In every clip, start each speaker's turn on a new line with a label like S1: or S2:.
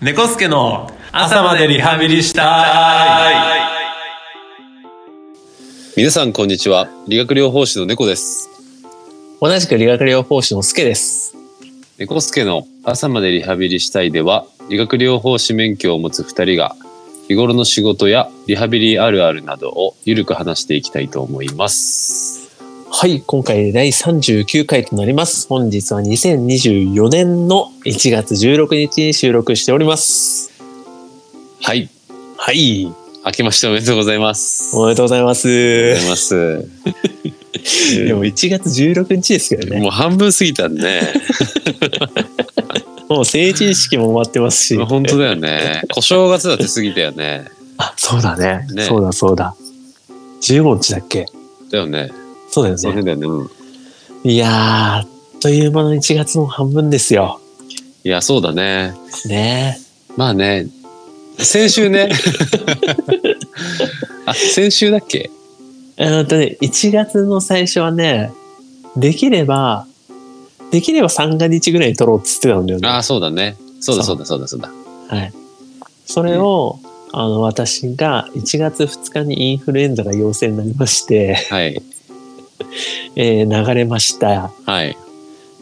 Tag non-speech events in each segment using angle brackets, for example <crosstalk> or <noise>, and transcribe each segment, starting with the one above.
S1: 猫助の朝までリハビリしたい
S2: 皆さんこんにちは理学療法士の猫です
S3: 同じく理学療法士のスケです。
S2: 猫助の朝までリハビリしたいでは理学療法士免許を持つ2人が日頃の仕事やリハビリあるあるなどをゆるく話していきたいと思います
S3: はい、今回で第39回となります。本日は2024年の1月16日に収録しております。
S2: はい
S3: はい、
S2: 明けましておめでとうございます
S3: おめでとうございます。
S2: おめでとうございま
S3: でも1月16日ですけど
S2: す、
S3: ね。
S2: もう半分過ぎたんでね
S3: もう成人式も終わってますし。
S2: 本当だよね小正月だって過ぎたよね
S3: あ、そうだね。
S2: ね
S3: そうだそうだ。15日だっけ
S2: だよね
S3: そうだよ
S2: その
S3: ね。
S2: 辺だよね、うん
S3: いやー、あっという間の1月の半分ですよ。
S2: いやそうだね
S3: ね
S2: まあね、先週 <laughs> ね。あ、先週だっけ
S3: えーっとね、1月の最初はね、できれば、できれば三が日ぐらいに撮ろうって言ってたんだよね。
S2: あ、そうだね。そうだ
S3: そ
S2: そううだそうだそうだ。
S3: はい。それを、あの、私が1月2日にインフルエンザが陽性になりまして、 <laughs>
S2: はい。
S3: えー流れました。
S2: はい。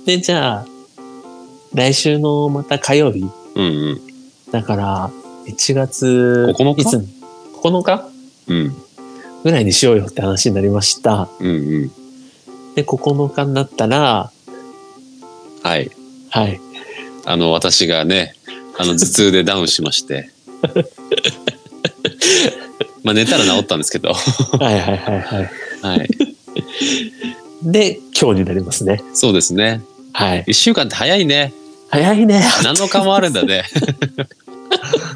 S3: で、じゃあ、来週のまた火曜日、
S2: うんうん。
S3: だから、1月
S2: 9日
S3: いつ ?9 日
S2: うん。
S3: ぐらいにしようよって話になりました。
S2: うんうん。
S3: で、9日になったら、
S2: はい。
S3: はい。
S2: あの、私がね、あの、頭痛でダウンしまして。 <laughs> まあ、寝たら治ったんですけど。
S3: はいはいはいはい。
S2: はい。
S3: で、今日になりますね。
S2: そうですね。
S3: はい。
S2: 一週間って早いね。
S3: 早いね。
S2: 7日もあるんだね。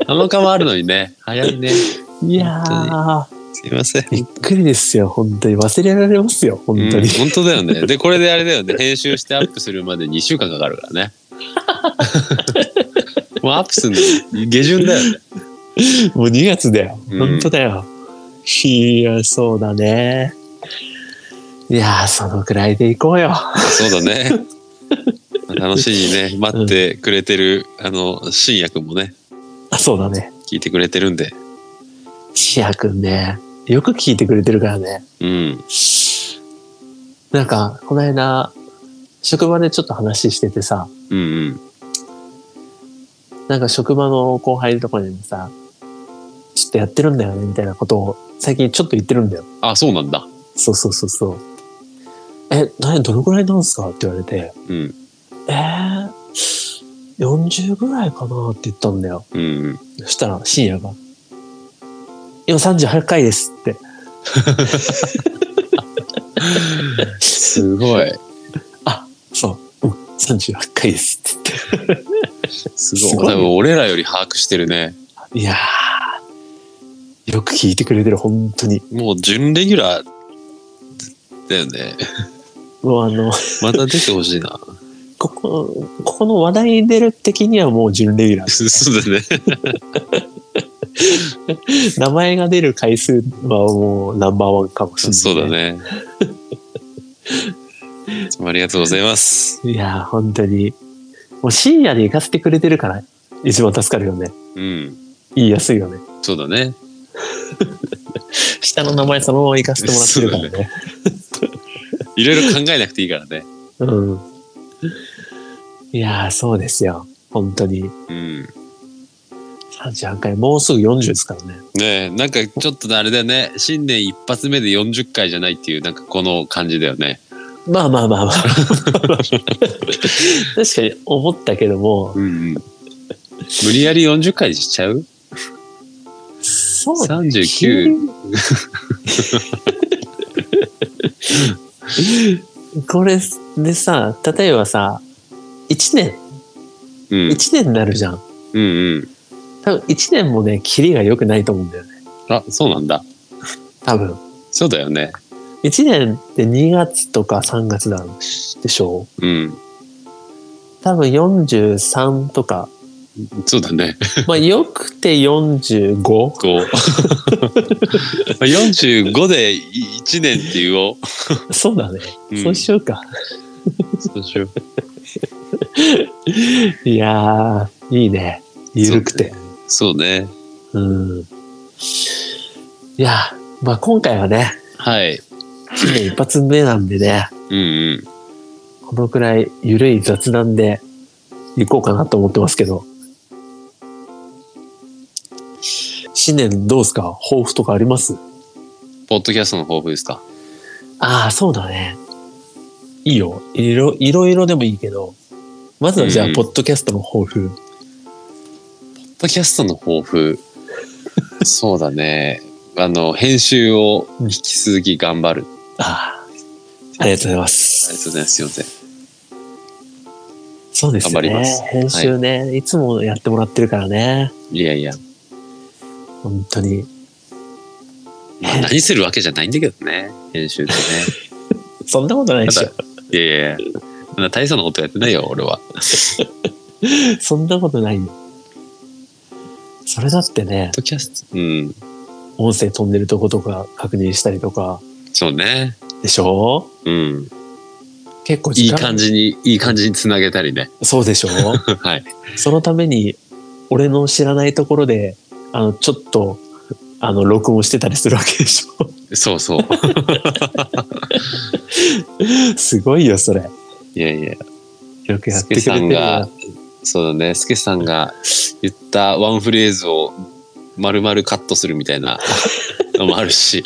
S2: 7日もあるのにね。早いね。す
S3: いやー、
S2: いません。
S3: びっくりですよ。本当に忘れられますよ。本当
S2: うん
S3: に。
S2: 本当だよねでこれであれだよね編集してアップするまで2週間かかるから <laughs> ねもうアップするの下旬だよね
S3: もう2月だよ。
S2: うん
S3: 本当だよ。いや、そうだね。いやー、そのくらいでいこうよ。
S2: そうだ <laughs> ね楽しいね待ってくれてる、あの新也くんもね
S3: あ、そうだね。
S2: 聞いてくれてるんで
S3: シアくんね、よく聞いてくれてるからね。
S2: うん
S3: なんか、この間、職場でちょっと話しててさ、
S2: うんうん
S3: なんか職場の後輩とかにもさ、ちょっとやってるんだよね、みたいなことを最近ちょっと言ってるんだよ。
S2: あそうなんだ
S3: そうそうそうそう。え、などのぐらいなんすかって言われて、
S2: うん
S3: えー、40ぐらいかなって言ったんだよ。
S2: うんうん
S3: そしたら深夜が、今38回ですって。
S2: すごい
S3: そう、うん、38回ですって
S2: す
S3: す
S2: ご
S3: ご
S2: い
S3: い
S2: 多分俺らより把握してるね
S3: 言って。いやー、よく聞いてくれてる、本当に。
S2: もう準レギュラーだよね
S3: もうあの、
S2: また出てほしいな <laughs>
S3: ここ、ここの話題に出る的にはもう準レギュラー。
S2: そうだね
S3: 名前が出る回数はもうナンバーワンかもしれない、
S2: そうだ。ね。いつもありがとうございます。
S3: いやー、本当に。もう深夜で行かせてくれてるから、一番助かるよね。
S2: うん。
S3: 言いやすいよね。
S2: そうだね。
S3: 下の名前そのまま行かせてもらってるからね。
S2: いろいろ考えなくていいからね。
S3: うん。いやー、そうですよ。本当に。
S2: うん。
S3: 38回、もうすぐ40ですからね。
S2: ねえ、なんかちょっとあれだよね。新年一発目で40回じゃないっていう、なんかこの感じだよね。
S3: まあまあまあ <laughs> まあ。確かに思ったけども、
S2: うんうん。無理やり40回にしちゃう
S3: そう <laughs>
S2: ?39。
S3: これでさ、例えばさ、1年、
S2: うん。
S3: 1年になるじゃん。
S2: うんうん。
S3: 多分1年もね、キリが良くないと思うんだよね。
S2: あ、そうなんだ。
S3: 多分。
S2: そうだよね。
S3: 1年って2月とか3月なんでしょ
S2: う
S3: う
S2: ん。
S3: 多分43とか、
S2: <laughs> そうだね。
S3: まあよくて 45?
S2: こう。45で1年って言おう。
S3: そうだね。
S2: うん
S3: そうしようか。
S2: そうしよう。
S3: いやー、いいね。ゆるくて。
S2: そうね。
S3: うん。いや、まあ今回はね、
S2: はい。
S3: 新年一発目なんでね、
S2: うんうん。
S3: このくらいゆるい雑談で行こうかなと思ってますけど。新年どうですか抱負とかあります
S2: ポッドキャストの抱負ですか。
S3: ああ、そうだね。いいよ。いろ、いろいろでもいいけど。まずはじゃあ
S2: う、ん
S3: ポッドキャストの抱負。
S2: ポッドキャストの抱
S3: <laughs>
S2: 負。そうだね。あの、編集を引き続き頑張る。
S3: ああ。ありがとうござ
S2: あ
S3: いま
S2: りが
S3: す。
S2: とうございます。すいません。
S3: そうですよ
S2: 頑張ります
S3: ね。編集ね、い、つもやってもらってるからね。
S2: いやいや。
S3: 本当に。
S2: まあ、何するわけじゃないんだけどね。編集ってね。
S3: <laughs> そんなことないでしょ。
S2: いやいやいや。そんな大層なことやってないよ、俺は。
S3: <laughs> そんなことないよ。それだってね
S2: ポッ、ドキャスト。うん。
S3: 音声飛んでるとことか確認したりとか、
S2: そうね。
S3: でしょ
S2: うん。
S3: 結構
S2: い
S3: 時
S2: い
S3: 間。
S2: 感じに、いい感じにつなげたりね。 <laughs>
S3: そうでしょ
S2: はい。
S3: そのために、俺の知らないところで、あの、ちょっと、あの、録音してたりするわけでしょ。 <laughs>
S2: そうそう。
S3: すごいよ、それ。
S2: いやいや。
S3: よくやっ
S2: ス
S3: て
S2: ケ
S3: くれて
S2: さん
S3: る
S2: が
S3: な。、
S2: そうだね。スケさんが言ったワンフレーズを丸々カットするみたいなのもあるし。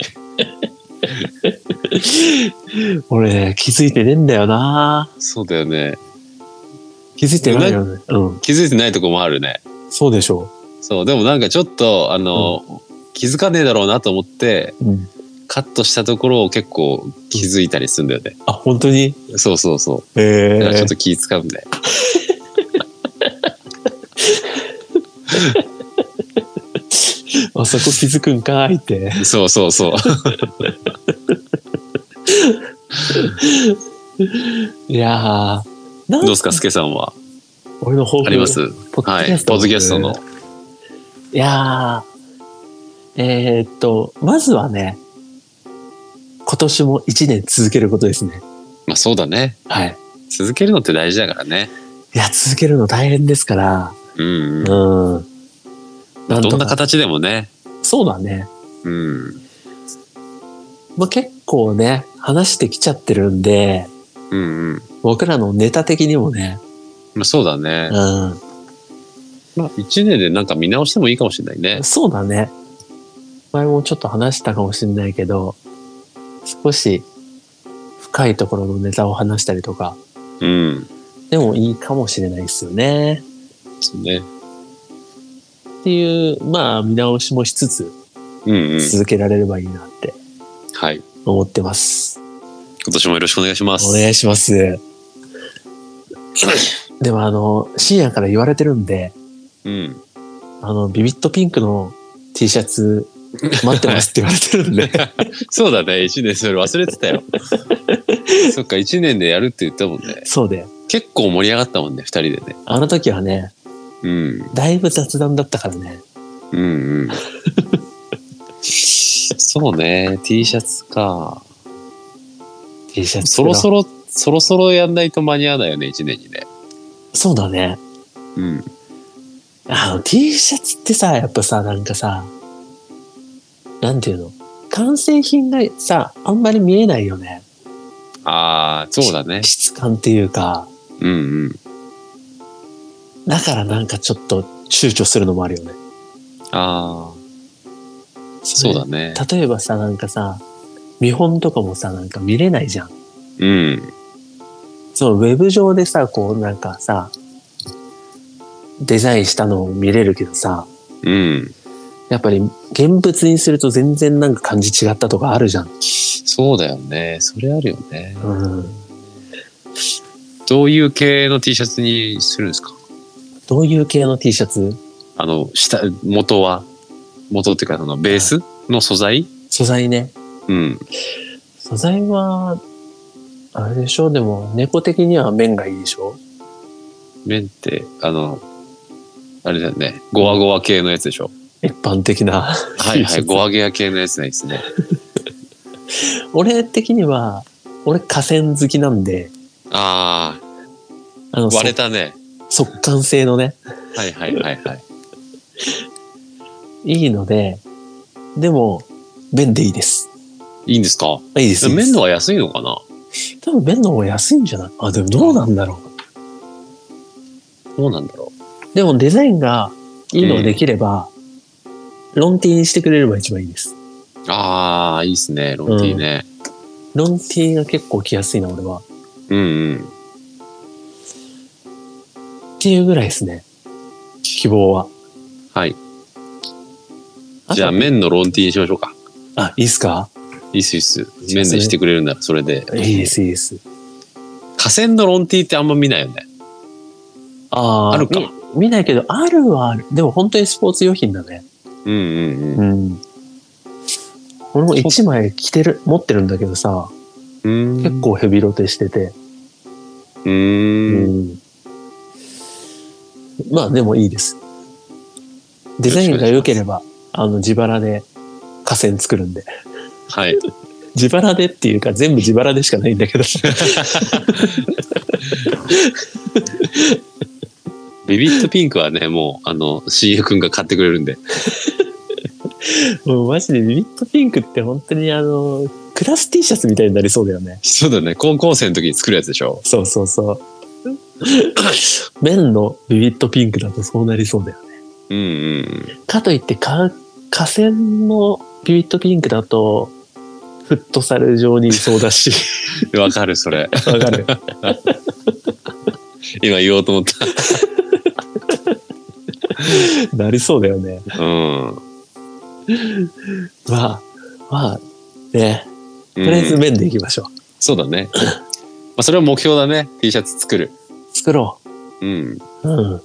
S3: 俺ね、気づいてねえんだよな。
S2: そうだよね。
S3: 気づいてないよね。うん。
S2: 気づいてないとこもあるね。
S3: そうでしょ
S2: そう。でもなんかちょっと、あの、気づかねえだろうなと思って、
S3: う。うん。
S2: カットしたところを結構気づいたりするんだよね。
S3: あ、本当に
S2: そうそうそう。
S3: ええ
S2: だからちょっと気使うんだよ。
S3: あそこ気づくんかーいって。
S2: そうそう <laughs> そう。
S3: いやー。ど
S2: どうですか、スケさんは。
S3: 俺の抱負
S2: ありますはい。
S3: ポ
S2: ポ
S3: ッ
S2: ッド
S3: ド
S2: キ
S3: キ
S2: ャ
S3: ャ
S2: ス
S3: ス
S2: ト
S3: ト
S2: の
S3: の。。いやー。えーっと、まずはね、今年も一年続けることですね。
S2: まあそうだね。
S3: はい。
S2: 続けるのって大事だからね。
S3: いや、続けるの大変ですから。
S2: うん、うん。
S3: うん。なとか
S2: どんな形でもね。
S3: そうだね。
S2: うん。
S3: まあ、結構ね、話してきちゃってるんで、
S2: うんうん。
S3: 僕らのネタ的にもね、
S2: まあそうだね。
S3: う
S2: まあ一年でなんか見直してもいいかもしれないね
S3: ん。。そうだね。前もちょっと話したかもしれないけど、少し深いところのネタを話したりとか、
S2: うん。
S3: でもいいかもしれないですよね。
S2: そうね。
S3: っていう、まあ、見直しもしつつ、
S2: うんうん。
S3: 続けられればいいなって
S2: はい。
S3: 思ってます。
S2: 今年もよろしくお願いします。
S3: お願い
S2: <coughs>
S3: します。でも、あの、深夜から言われてるんで、
S2: うん。 <laughs>
S3: あの、ビビットピンクの T シャツ待ってますって言われてる
S2: <laughs>
S3: んで。
S2: そうだね。一年それ忘れてたよ。 <laughs> そっか、一年でやるって言ったもんね。
S3: そうで。
S2: 結構盛り上がったもんね、二人でね。
S3: あの時はね、
S2: うん。
S3: だいぶ雑談だったからね。
S2: うん <laughs> うん。そうね。T シャツか。
S3: T シャツ。
S2: そろそ
S3: ろ。
S2: ろ、そろそろやんないと間に合わないよね、一年にね。
S3: そうだね。
S2: うん。
S3: あの T シャツってさ、やっぱさ、なんかさ、なんていうの完成品がさ、あんまり見えないよね。
S2: ああ、そうだね。
S3: 質感っていうか。
S2: うんうん。
S3: だからなんかちょっと躊躇するのもあるよね。
S2: ああ、そうだね。
S3: 例えばさ、なんかさ、見本とかもさ、なんか見れないじゃん。
S2: うん。
S3: そのウェブ上でさ、こうなんかさ、デザインしたのを見れるけどさ、
S2: うん。
S3: やっぱり現物にすると全然なんか感じ違ったとかあるじゃん。
S2: そうだよね。それあるよね。
S3: うん。
S2: どういう系の T シャツにするんですか
S3: どういう系の T シャツ
S2: あの、下、元は、元っていうか、そのベースの素材
S3: 素材ね。
S2: うん。
S3: 素材は、あれでしょでも、猫的には面がいいでしょ
S2: 面って、あの、あれだよね。ゴワゴワ系のやつでしょ。
S3: 一般的な。 <laughs>
S2: はい
S3: T
S2: は
S3: シ
S2: い。
S3: ャ
S2: <laughs>
S3: ツ
S2: ゴワゲア系のやつないですね。
S3: 俺的には、俺河川好きなんで、
S2: ああ、
S3: あの、
S2: 割れたね。
S3: 速速乾性のね、
S2: はいはいはいはい。
S3: いいので、でも、麺でいいです。
S2: いいんですか
S3: あいいです。いいです
S2: 麺の方が安いのかな
S3: 多分麺の方が安いんじゃないあ、でもどうなんだろ
S2: どうなんだろ
S3: う。でもデザインがいいのができれば、ロンティにしてくれれば一番いいです。
S2: うああ、いいですね。ロンティーね。
S3: ロンティが結構着やすいな、俺は。
S2: うんうん。
S3: っていうぐらいですね。希望は。
S2: はい。
S3: と
S2: じゃあ、麺のロンティーにしましょうか。
S3: あ、いいっすか
S2: いいっすいいっす。麺でしてくれるならそれで。
S3: いいです、いいです。
S2: 河川のロンティーってあんま見ないよね。
S3: あー
S2: あるか
S3: み見ないけど、あるはある。でも本当にスポーツ用品だね。
S2: うんうんうん。
S3: ん。俺も1枚着てる、持ってるんだけどさ、
S2: うーん
S3: 結。構ヘビロテしてて。
S2: うーん。
S3: ん。まあでもいいです。デザインが良ければ、あの、自腹で河川作るんで。
S2: はい。
S3: 自腹でっていうか、全部自腹でしかないんだ
S2: <laughs>
S3: けど。
S2: ビビットピンクはね、もう、あの、CA 君が買ってくれるんで。
S3: もうマジでビビットピンクって本当にあの、クラス T シャツみたいになりそうだよね。
S2: そうだね。高校生の時に作るやつでしょ。
S3: そうそうそう。麺のビビットピンクだとそうなりそうだよね。
S2: うんうん。
S3: かといってか、河川のビビットピンクだと、フットサル上にいそうだし。
S2: わかる、それ。
S3: わか
S2: <laughs>
S3: る。
S2: 今言おうと思った。
S3: なりそうだよね。
S2: うん。うん
S3: まあ、まあ、ね。とりあえず麺でいきましょう。
S2: そうだね。まあ、それは目標だね。T シャツ作る。
S3: 作ろ
S2: うん。
S3: う。うん。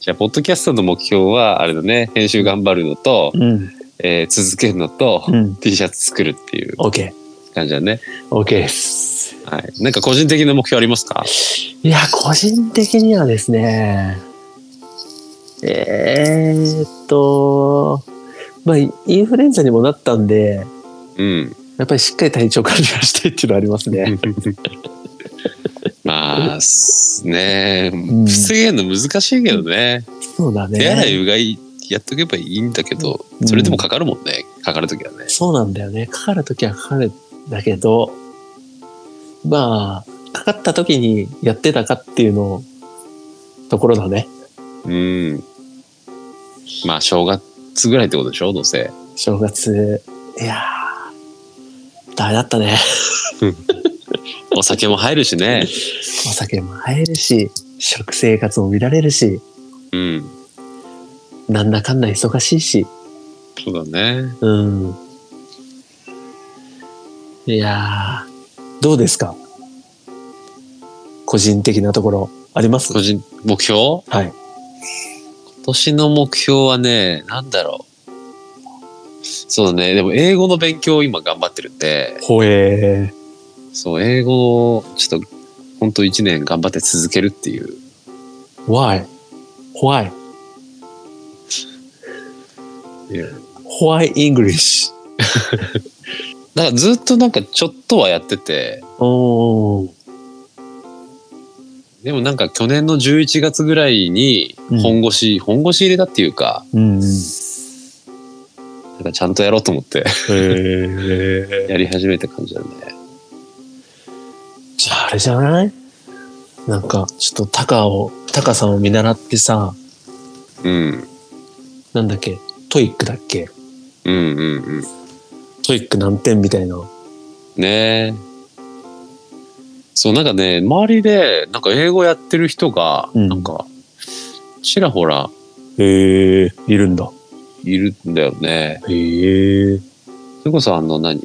S2: じゃあ、ポッドキャストの目標は、あれだね。編集頑張るのと、
S3: うん。
S2: えー続けるのと、
S3: うん。
S2: T シャツ作るっていう
S3: OK。
S2: 感じだね。
S3: OK です。
S2: はい。なんか個人的な目標ありますか
S3: いや、個人的にはですね、えーっと、まあ、インフルエンザにもなったんで、
S2: うん。
S3: やっぱりしっかり体調管理をしてっていうのはありますね。
S2: まあ、すね
S3: ん
S2: 防げるの難しいけどね。
S3: そうだね。
S2: 手洗いうがいやっとけばいいんだけど、
S3: うん
S2: それでもかかるもんね。かかるときはね。
S3: そうなんだよね。かかるときはかかるんだけど、まあ、かかったときにやってたかっていうのを、ところだね。
S2: うん。まあ、正月ぐらいってことでしょどうせ。
S3: 正月、いやー、ダメだったね。
S2: お酒も入るし
S3: <laughs>
S2: ね。
S3: お酒も入るし、食生活も見られるし、
S2: うん。
S3: なんだかんだ忙しいし。
S2: そうだね。
S3: うん。いやー、どうですか個人的なところあります
S2: 個人、目標
S3: はい。
S2: 今年の目標はね、なんだろう。そうだね。でも、英語の勉強を今頑張ってるんで、
S3: ほえ
S2: そう、英語をちょっと、ほんと一年頑張って続けるっていう。
S3: ー。why? why?
S2: いや
S3: why English?
S2: なんかずっとなんかちょっとはやってて、
S3: おー。
S2: でもなんか去年の11月ぐらいに
S3: うん
S2: 本腰、本腰入れたっていうか、
S3: うんうん。へ
S2: なんかちゃんとやろうと思って <laughs>
S3: ー。
S2: やり始めた感じだね。
S3: じゃああれじゃないなんか、ちょっとタカを、タカさんを見習ってさ、
S2: うん。
S3: なんだっけトイックだっけ
S2: うんうんうん。
S3: トイック何点みたいな。
S2: ねえ。そう、なんかね、周りで、なんか英語やってる人が、
S3: うん
S2: なんか、ちらほら
S3: へえー、いるんだ。
S2: いるんだよね。
S3: へえー。
S2: それこそあの何、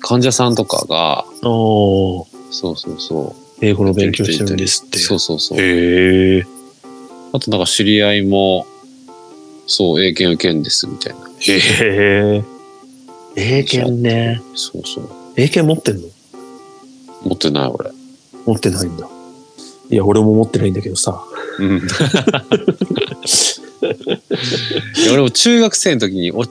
S2: 患者さんとかが、
S3: おー。
S2: そうそうそう。
S3: 英語の勉強してるんですって。
S2: そうそうそう。
S3: へえ。
S2: あとなんか知り合いも、そう、英検受けんです、みたいな。
S3: へえ。英検ね。
S2: そうそう。
S3: 英検持ってんの
S2: 持ってない、俺。
S3: 持ってないんだ。いや、俺も持ってないんだけどさ。
S2: <laughs> うん。いや俺も中学生の時に落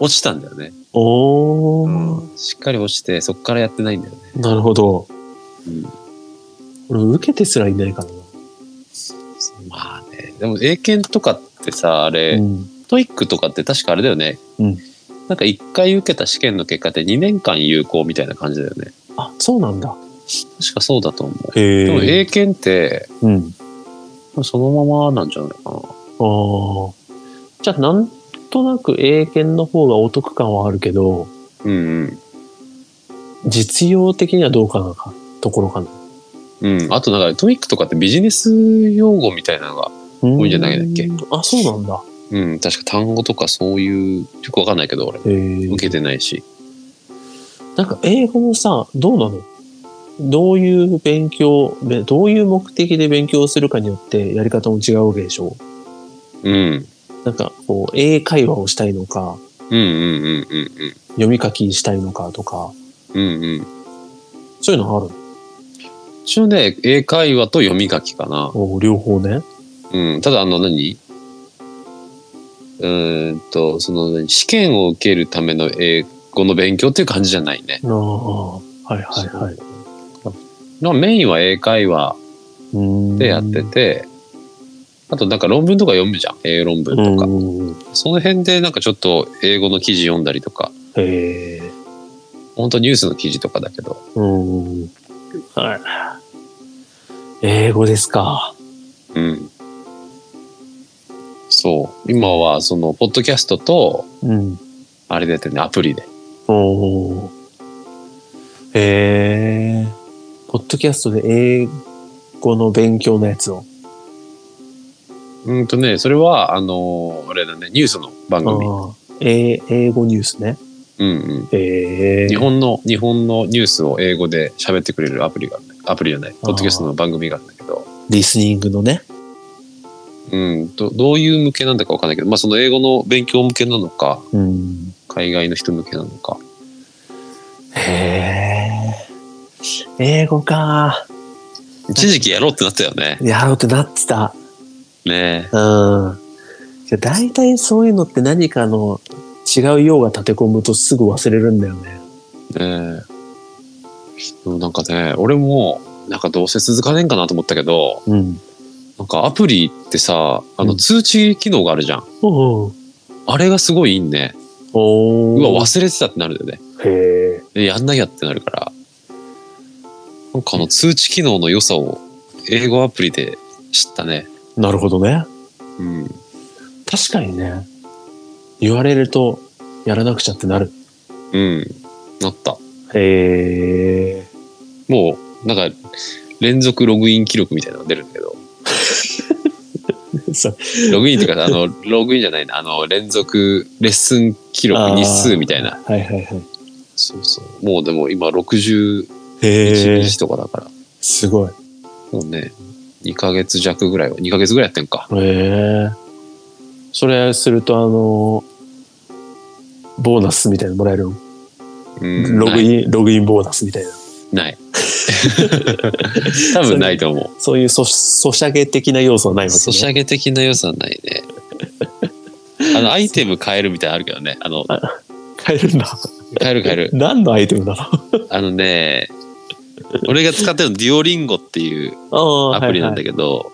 S2: 落ちたんだよね。
S3: おー。
S2: うんしっかり落ちて、そっからやってないんだよね。
S3: なるほど。
S2: うん
S3: 俺、受けてすらいないからな。
S2: まあね、でも英検とかってさ、あれ、
S3: うん。
S2: トイックとかって確かあれだよね。
S3: うん
S2: なんか一回受けた試験の結果って2年間有効みたいな感じだよね。
S3: あ、そうなんだ。
S2: 確かそうだと思う。
S3: へ
S2: でも英検って
S3: うん。
S2: そのままなんじゃないかな。
S3: ああ。じゃあ、なんとなく英検の方がお得感はあるけど、
S2: うんうん。
S3: 実用的にはどうかなか、ところかな。
S2: うん、あとなんかトイックとかってビジネス用語みたいなのが、
S3: 多
S2: いんじゃないだっけ
S3: あ、そうなんだ。
S2: うん、確か単語とかそういう、よくわかんないけど俺、
S3: へ
S2: 受
S3: え。
S2: けてないし。
S3: なんか英語もさ、どうなのどういう勉強、べどういう目的で勉強するかによってやり方も違うわけでしょ
S2: うん。
S3: なんかこう、英会話をしたいのか、
S2: うんうんうんうんうん。
S3: 読み書きしたいのかとか、
S2: うんうん。
S3: そういうのある
S2: 一応ね、英会話と読み書きかな。
S3: おー両方ね。
S2: うん。ただ、あの何、うーんと、その、何試験を受けるための英語の勉強っていう感じじゃないね。
S3: ああ、はいはいはい。
S2: まあメインは英会話
S3: うーん
S2: でやってて、あとなんか論文とか読むじゃん。英論文とか。
S3: うん
S2: その辺でなんかちょっと英語の記事読んだりとか、
S3: へえ。
S2: 本当ニュースの記事とかだけど、
S3: うん。はい。英語ですか。
S2: うん。そう。今はその、ポッドキャストと、
S3: うん。
S2: あれでやってるね、アプリで。
S3: おーへえ。ポッドキャストで英語の勉強のやつを。
S2: うんとね、それは、あのーあれだね、ニュースの番組。
S3: ああえ英語ニュースね。
S2: うんうん。
S3: へえ。
S2: 日本の、日本のニュースを英語で喋ってくれるアプリがあるんだアプリじゃない、ポッドキャストの番組があるんだけど、
S3: リスニングのね。
S2: うん、どどういう向けなんだかわかんないけど、まあその英語の勉強向けなのか、
S3: うん。
S2: 海外の人向けなのか。
S3: へえ。英語か。
S2: 一時期やろうってなったよね。
S3: やろうってなってた。
S2: ね
S3: うん。いや大体そういうのって何かの違う用が立て込むとすぐ忘れるんだよね。
S2: え。ねえ。でもなんかね、俺も、なんかどうせ続かねえんかなと思ったけど、
S3: うん。
S2: なんかアプリってさ、あ
S3: う
S2: の
S3: ん
S2: 通知機能があるじゃん。
S3: おう
S2: あれがすごいいいんね。
S3: お
S2: う
S3: う
S2: わ、忘れてたってなるんだよね。
S3: へえ。
S2: でやんなきゃってなるから、なんかあの通知機能の良さを英語アプリで知ったね。
S3: なるほどね。
S2: うん。
S3: 確かにね。言われると、やらなくちゃってなる。
S2: うん。なった。
S3: へ <laughs> え。
S2: もう、なんか、連続ログイン記録みたいなのが出るんだけど、
S3: そう。
S2: ログインっていうか、あの、 <laughs> ログインじゃないな、あの、連続レッスン記録、
S3: あー
S2: 日数みたいな。
S3: はいはいはい。
S2: そうそう。もうでも今61
S3: へえ。
S2: 日とかだから、
S3: すごい。
S2: もうね、2ヶ月弱ぐらいは、2ヶ月ぐらいやってんか。
S3: へえ。それすると、あの、ボーナスみたいなのもらえるの、
S2: うん。
S3: ログイン、ログインボーナスみたいな。
S2: ない。 <laughs> ない。多分ないと思う。
S3: そういうそ、そしゃげ的な要素はないわけね。
S2: ソシャゲ的な良さはないね。あの、アイテム変えるみたいなのあるけどね。あの、
S3: 変えるんだ。
S2: 変える変える。
S3: 何のアイテムだろ
S2: あのね、俺が使ってるのデュオリンゴっていう <laughs>
S3: う
S2: アプリなんだ
S3: け
S2: けど、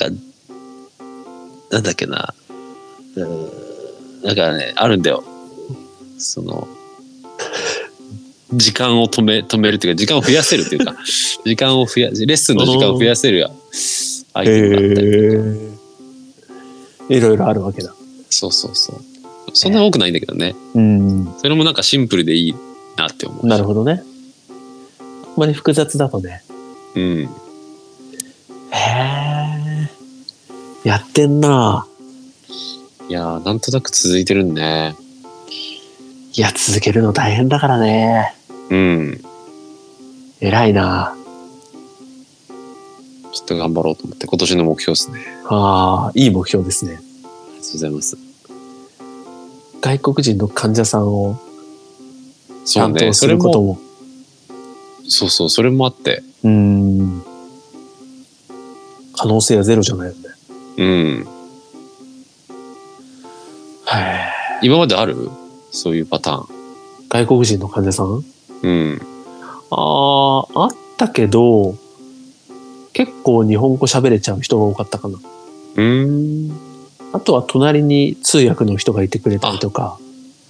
S2: なんか、なんだっけな。うーんなんかね、あるんだよ。その、 <laughs> 時間を止め、止めるっていうか、時間を増やせるっていう
S3: <laughs>
S2: か、時間を増や、レッスンの時間を増やせるアイテムがあったりとか
S3: へえ。いろいろあるわけだ。
S2: そうそうそう。そんな多くないんだけどね。
S3: うん。
S2: それもなんかシンプルでいいなって思う。
S3: なるほどね。あんまり複雑だとね。
S2: うん。
S3: へえ。やってんな。
S2: いやー、なんとなく続いてるんね。
S3: いや、続けるの大変だからね。
S2: うん。
S3: 偉いな。
S2: ちょっと頑張ろうと思って、今年の目標ですね。あり
S3: ああ、いい目標ですね。
S2: がとうございます。
S3: 外国人の患者さんを
S2: そう
S3: 担
S2: ね。
S3: 当す
S2: それ
S3: ること
S2: も、
S3: も。
S2: そうそう、それもあって。
S3: うん。可能性はゼロじゃないよね。
S2: うん。
S3: はい。
S2: 今まであるそういうパターン。
S3: 外国人の患者さん
S2: うん。
S3: ああ、あったけど、結構日本語喋れちゃう人が多かったかな。
S2: うーん。
S3: あとは隣に通訳の人がいてくれたりとか、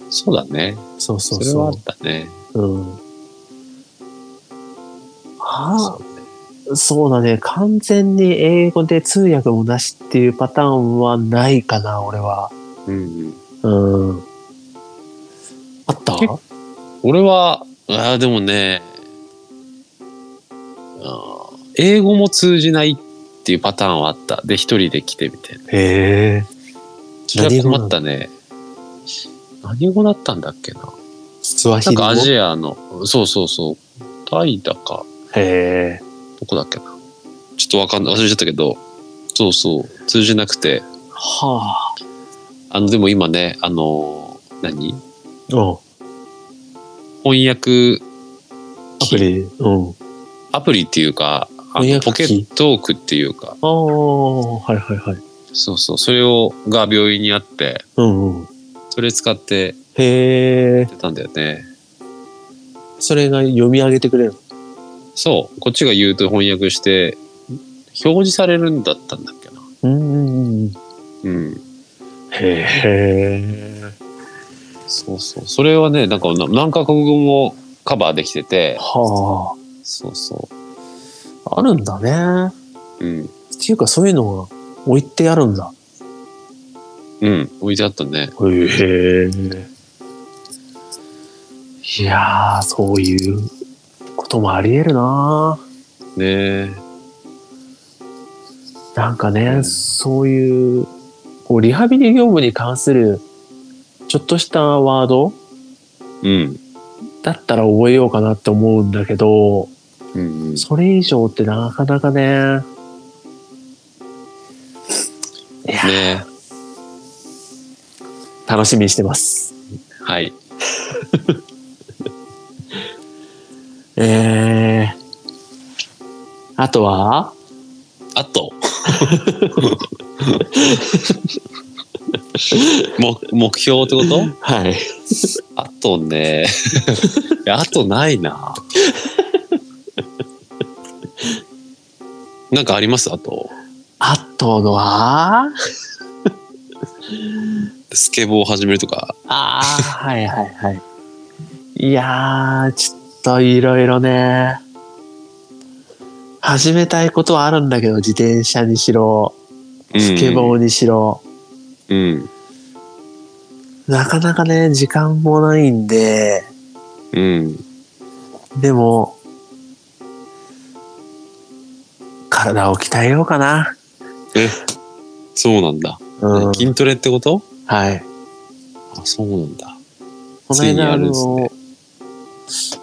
S2: そうだね。
S3: そうそ
S2: そうれはあ
S3: そ
S2: ったね。
S3: う。うん。はあ、そうだね。完全に英語で通訳もなしっていうパターンはないかな、俺は。
S2: うんうん。
S3: うん。あった
S2: 結俺は、ああ、でもね、あー英語も通じないっていうパターンはあった。で、一人で来てみたいな。
S3: へえ。
S2: 気が困ったね。何語だったんだっけな。
S3: スワ
S2: な
S3: ヒ
S2: ん
S3: リ語
S2: かアジアの、そうそうそう。タイだか、
S3: へえ。
S2: どこだっけな。ちょっとわかんない。忘れちゃったけど、そうそう。通じなくて。
S3: はあ。
S2: あの、でも今ね、あの、何
S3: うん。
S2: 翻訳
S3: アプリ。うん。
S2: アプリっていうか、あ
S3: 翻
S2: の
S3: 訳機
S2: ポケットオークっていうか、
S3: ああ、はいはいはい。
S2: そうそう、それを、が病院にあって、
S3: うんうん。
S2: それ使って
S3: へえ。
S2: やってたんだよね。
S3: それが読み上げてくれる
S2: そう、こっちが言うと翻訳して、表示されるんだったんだっけな。
S3: の。うんうんうん。
S2: うん。
S3: へえ。
S2: そうそう。それはね、なんかな何カ国語もカバーできてて、
S3: は
S2: そうそ
S3: あ。あるんだね。
S2: う。うん。
S3: っていうかそういうのが置いてあるんだ。
S2: うん。置いてあったね。
S3: へえ。いやー、そういうこともあり得るな
S2: ねえ。
S3: なんかね、
S2: うん
S3: そういう、こう、リハビリ業務に関する、ちょっとしたワード
S2: うん。
S3: だったら覚えようかなって思うんだけど、
S2: うん、うん。
S3: それ以上ってなかなかね。いや、
S2: ね
S3: 楽しみにしてます。
S2: え。はい。
S3: えー、あとは
S2: あと。 <laughs> 目目標ってこと
S3: はい。
S2: あとね。いやあとないな。 <laughs> なんかありますあと。
S3: あとのは
S2: スケボーを始めるとか。
S3: ああ、はいはいはい。いやー、ちょっといろいろね。始めたいことはあるんだけど、自転車にしろ、スケボーにしろ、
S2: うん。
S3: なかなかね、時間もないんで、
S2: うん。
S3: でも、体を鍛えようかな。
S2: そうなんだ。
S3: うん。
S2: 筋トレってこと
S3: はい。
S2: あ、そうなんだ。
S3: この
S2: ついに
S3: 間、
S2: や
S3: あ
S2: るんです
S3: の
S2: ね、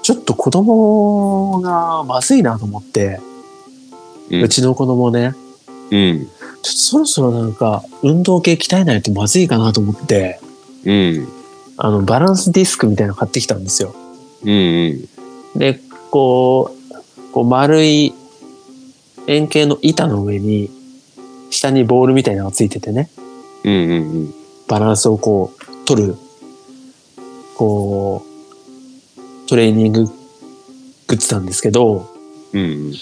S3: ちょっと子供がまずいなと思って、
S2: う
S3: うんちの子供ね、
S2: うん。
S3: ちょっとそろそろなんか運動系鍛えないとまずいかなと思って、
S2: うん。
S3: あの、バランスディスクみたいなの買ってきたんですよ。
S2: うんうん。
S3: で、こう、こう丸い円形の板の上に、下にボールみたいなのがついててね。
S2: うんうん
S3: バランスをこう、取る、こう、トレーニンググッズなんですけど、
S2: うん。うん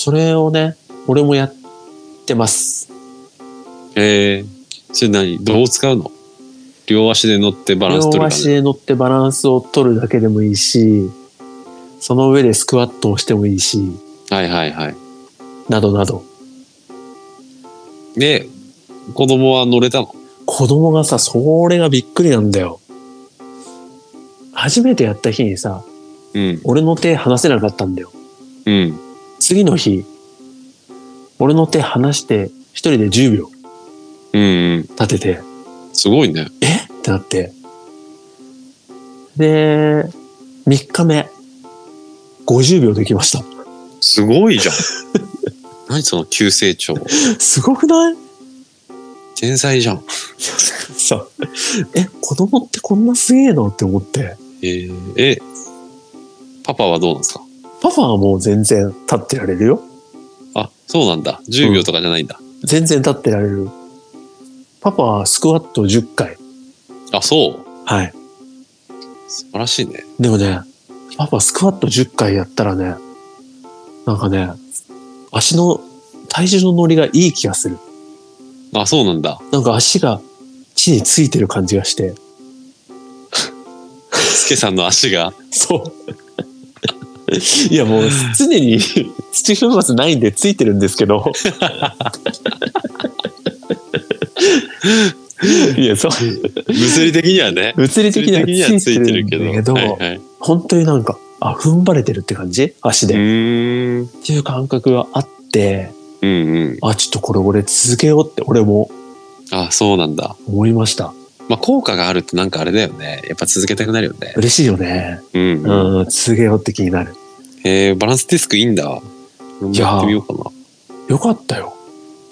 S3: それをね、俺もやってます。
S2: えー、それ何どう使うの両足で乗ってバランス取
S3: 両
S2: る
S3: 足で乗ってバランスを取るだけでもいいし、その上でスクワットをしてもいいし、
S2: 感じ。はいはいはい。
S3: などなど。
S2: で、子供は乗れたの
S3: 子供がさ、それがびっくりなんだよ。初めてやった日にさ、
S2: うん。
S3: 俺の手離せなかったんだよ。
S2: うん。
S3: 次の日、俺の手離して、一人で10秒
S2: うんうん。
S3: 立てて、
S2: すごいね。
S3: ってなって。で、3日目、50秒できました。
S2: すごいじゃん。 <laughs> 何その急成長。
S3: すごくない
S2: 天才じゃん。
S3: さ、 <laughs> え、子供ってこんなすげえのって思って。
S2: えーえ、パパはどうなんですか
S3: パパはもう全然立ってられるよ。
S2: あ、そうなんだ。10秒とかじゃないんだ。
S3: 全然立ってられる。パパはスクワット10回。
S2: あ、そう。
S3: はい。
S2: 素晴らしいね。
S3: でもね、パパスクワット10回やったらね、なんかね、足の体重の乗りがいい気がする。
S2: あ、そうなんだ。
S3: なんか足が地についてる感じがして。
S2: スケさんの足が。
S3: そう。いやもう常に土踏末ないんでついてるんですけど。いや、そう。
S2: <laughs> 物理的にはね。
S3: 物理的には
S2: 物理的にはつ
S3: つい
S2: い
S3: て
S2: て
S3: る
S2: る
S3: ん
S2: けど。
S3: だけど、
S2: はいはい、う
S3: 本当になんか、あ、踏ん張れてるって感じ足で、っ
S2: ーん。
S3: ていう感覚があって、
S2: うんうん。
S3: あ、ちょっとこれ俺続けようって俺も
S2: あ、そうなんだ。
S3: 思いました。
S2: まあ、効果があるってなんかあれだよね。やっぱ続けたくなるよね。
S3: 嬉しいよね。
S2: うん、うん。
S3: うん、続けようって気になる。
S2: えー、バランスディスクいいんだ。俺も
S3: いやー
S2: やってみようかな。
S3: よかったよ。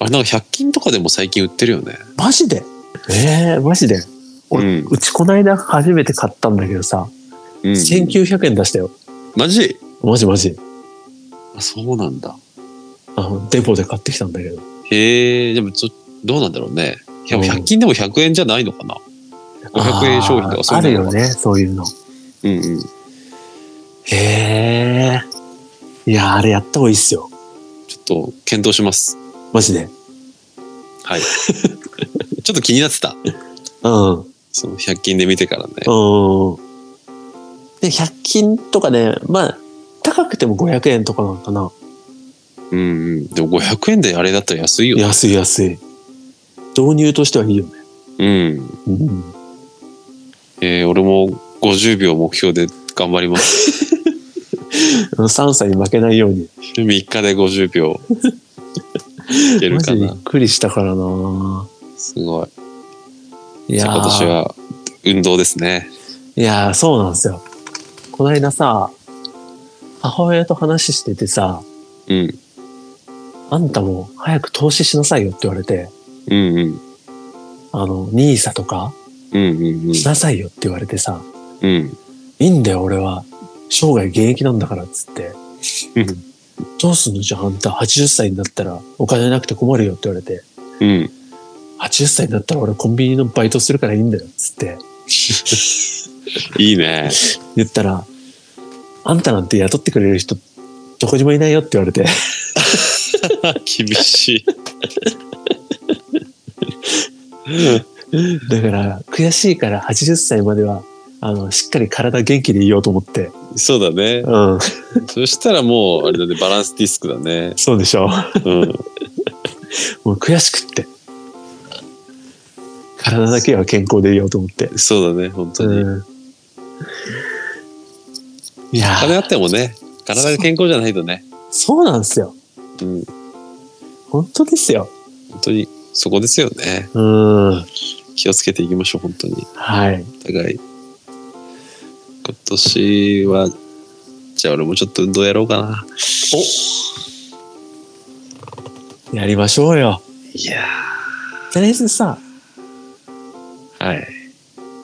S2: あれなんか100均とかでも最近売ってるよね。
S3: マジでええマジで
S2: う
S3: 俺
S2: ん。
S3: うちこないだ初めて買ったんだけどさ、
S2: うん、
S3: 1900円出したよ。
S2: マジ
S3: マジマジ。
S2: あ、そうなんだ。
S3: あの、デポで買ってきたんだけど。
S2: へえ、でもちょ、どうなんだろうね。いや
S3: うん
S2: 100均でも100円じゃないのかな。500円商品とかう
S3: あーあ
S2: い
S3: る
S2: うの
S3: よ
S2: が。
S3: ね、そういうの。
S2: うんうん。
S3: へえ。いやー、あれやった方がいいっすよ。
S2: ちょっと検討します。
S3: マジで。
S2: はい。 <laughs> ちょっと気になってた。
S3: うん。うん。
S2: その100均で見てからね。
S3: で、100均とかね、まあ、高くても500円とかなのかな。
S2: うんうん。でも500円であれだったら安いよね。
S3: 安い安い。導入としてはいいよね。
S2: うん。
S3: うん。
S2: えー、俺も50秒目標で頑張ります。
S3: 3歳に負けないように。
S2: 3日で50秒。
S3: <laughs>
S2: いける
S3: マ
S2: か
S3: ジび
S2: な
S3: っ。くりしたからな
S2: すごい。
S3: い
S2: じ
S3: や
S2: ゃあ
S3: ー
S2: 今年は運動ですね。
S3: いやーそうなんですよ。こないださ、母親と話しててさ、
S2: うん。
S3: あんたも早く投資しなさいよって言われて、
S2: うんうん。
S3: あの、ニーサとか
S2: うんうんうん。
S3: しなさいよって言われてさ、
S2: うん。
S3: いいんだよ俺は、生涯現役なんだからっつって、
S2: うん
S3: どうすんのじゃああんた80歳になったらお金なくて困るよって言われて、
S2: うん。
S3: 80歳になったら俺コンビニのバイトするからいいんだよっつって、
S2: いい
S3: <laughs>
S2: ね。
S3: 言ったら、あんたなんて雇ってくれる人、どこにもいないよって言われて、
S2: 厳しい。
S3: だから、悔しいから80歳までは、あの、しっかり体元気でいようと思って。
S2: そうだね。
S3: うん。
S2: そしたらもう、あれだね、バランスディスクだね。
S3: そうでしょ
S2: うん。
S3: もう悔しくって。体だけは健康でいようと思って。
S2: そうだね、本当に。
S3: うん。いや
S2: 金あってもね、体が健康じゃないとね。
S3: そうなんですよ。
S2: うん。
S3: 本当ですよ。
S2: 本当に、そこですよね。
S3: うん。
S2: 気をつけていきましょう、本当に。
S3: はい。
S2: お互い。今年は、じゃあ俺もちょっと運動やろうかな。
S3: やりましょうよ。
S2: いや
S3: とりあえずさ、
S2: ーはい。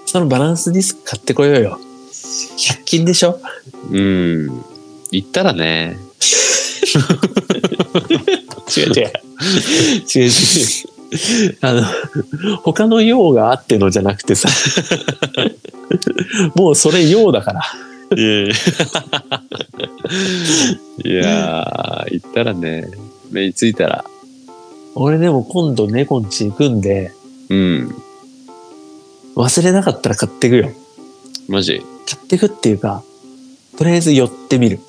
S3: そのバランスディスク買ってこようよ。100均でしょ
S2: うん。行ったらね、
S3: 違う違う。違う違う。あの、他の用があってのじゃなくてさ、もうそれ用だから。
S2: いやいやいやー、行ったらね、目についたら、
S3: 俺でも今度猫んち行くんで、
S2: うん、
S3: 忘れなかったら買ってくよ。
S2: マジ、
S3: 買ってくっていうか、とりあえず寄ってみる。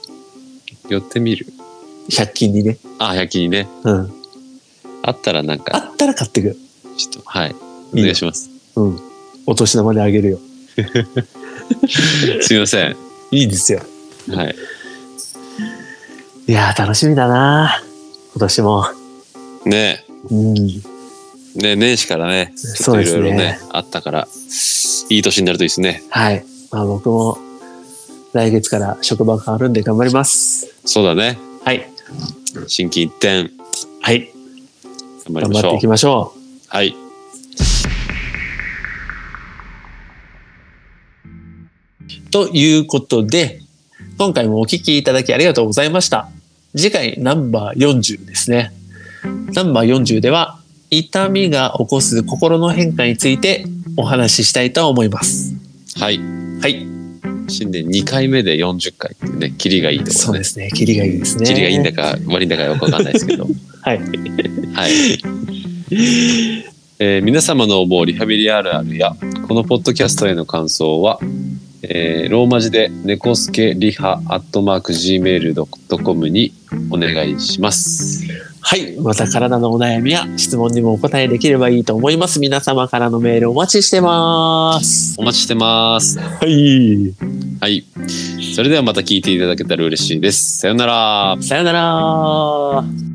S2: 寄ってみる。
S3: 100均にね。
S2: あ、焼きにね、
S3: うん。
S2: あったらなん
S3: あ
S2: か、
S3: ったら買ってく。
S2: ちょっと、はい、お
S3: いい
S2: 願いします。
S3: うん。お年玉であげるよ。
S2: すいません。
S3: いいですよ。
S2: はい。
S3: いやー楽しみだな今年も。
S2: ね
S3: う
S2: え、
S3: ん。
S2: ねえ、年始からね、ちょ
S3: そう
S2: っと
S3: で
S2: いろい
S3: すね
S2: ろね、あったから、いい年になるといいですね。
S3: はい。まあ僕も来月から職場変わるんで頑張ります。
S2: そうだね、
S3: はい。
S2: 心機一転、
S3: はい。
S2: 頑張り
S3: 頑
S2: まし
S3: 張っ
S2: ょ
S3: て
S2: う
S3: いき。ましょ
S2: はい。
S3: う。ということで、今回もお聞きいただきありがとうございました。次回ナンバー40ですね。ナンバー40では、痛みが起こす心の変化についてお話ししたいと思います。
S2: はい。
S3: はい。
S2: 新年2回目で40回っていうね、キリがいいとこ
S3: そ
S2: ろ
S3: うで
S2: ね。
S3: すね。キリがいいですね。 <laughs>
S2: キリがいいんだか悪いんだかよくわかんないですけど。
S3: はい。
S2: はい。えー皆様の思うリハビリあるあるやこのポッドキャストへの感想は、えーローマ字で猫助リハアットマーク Gmail.com にお願いします。
S3: はい。また体のお悩みや質問にもお答えできればいいと思います。皆様からのメールお待ちしてます。
S2: お待ちしてます。
S3: はい。
S2: はい。それではまた聞いていただけたら嬉しいです。さようなら。
S3: さよなら。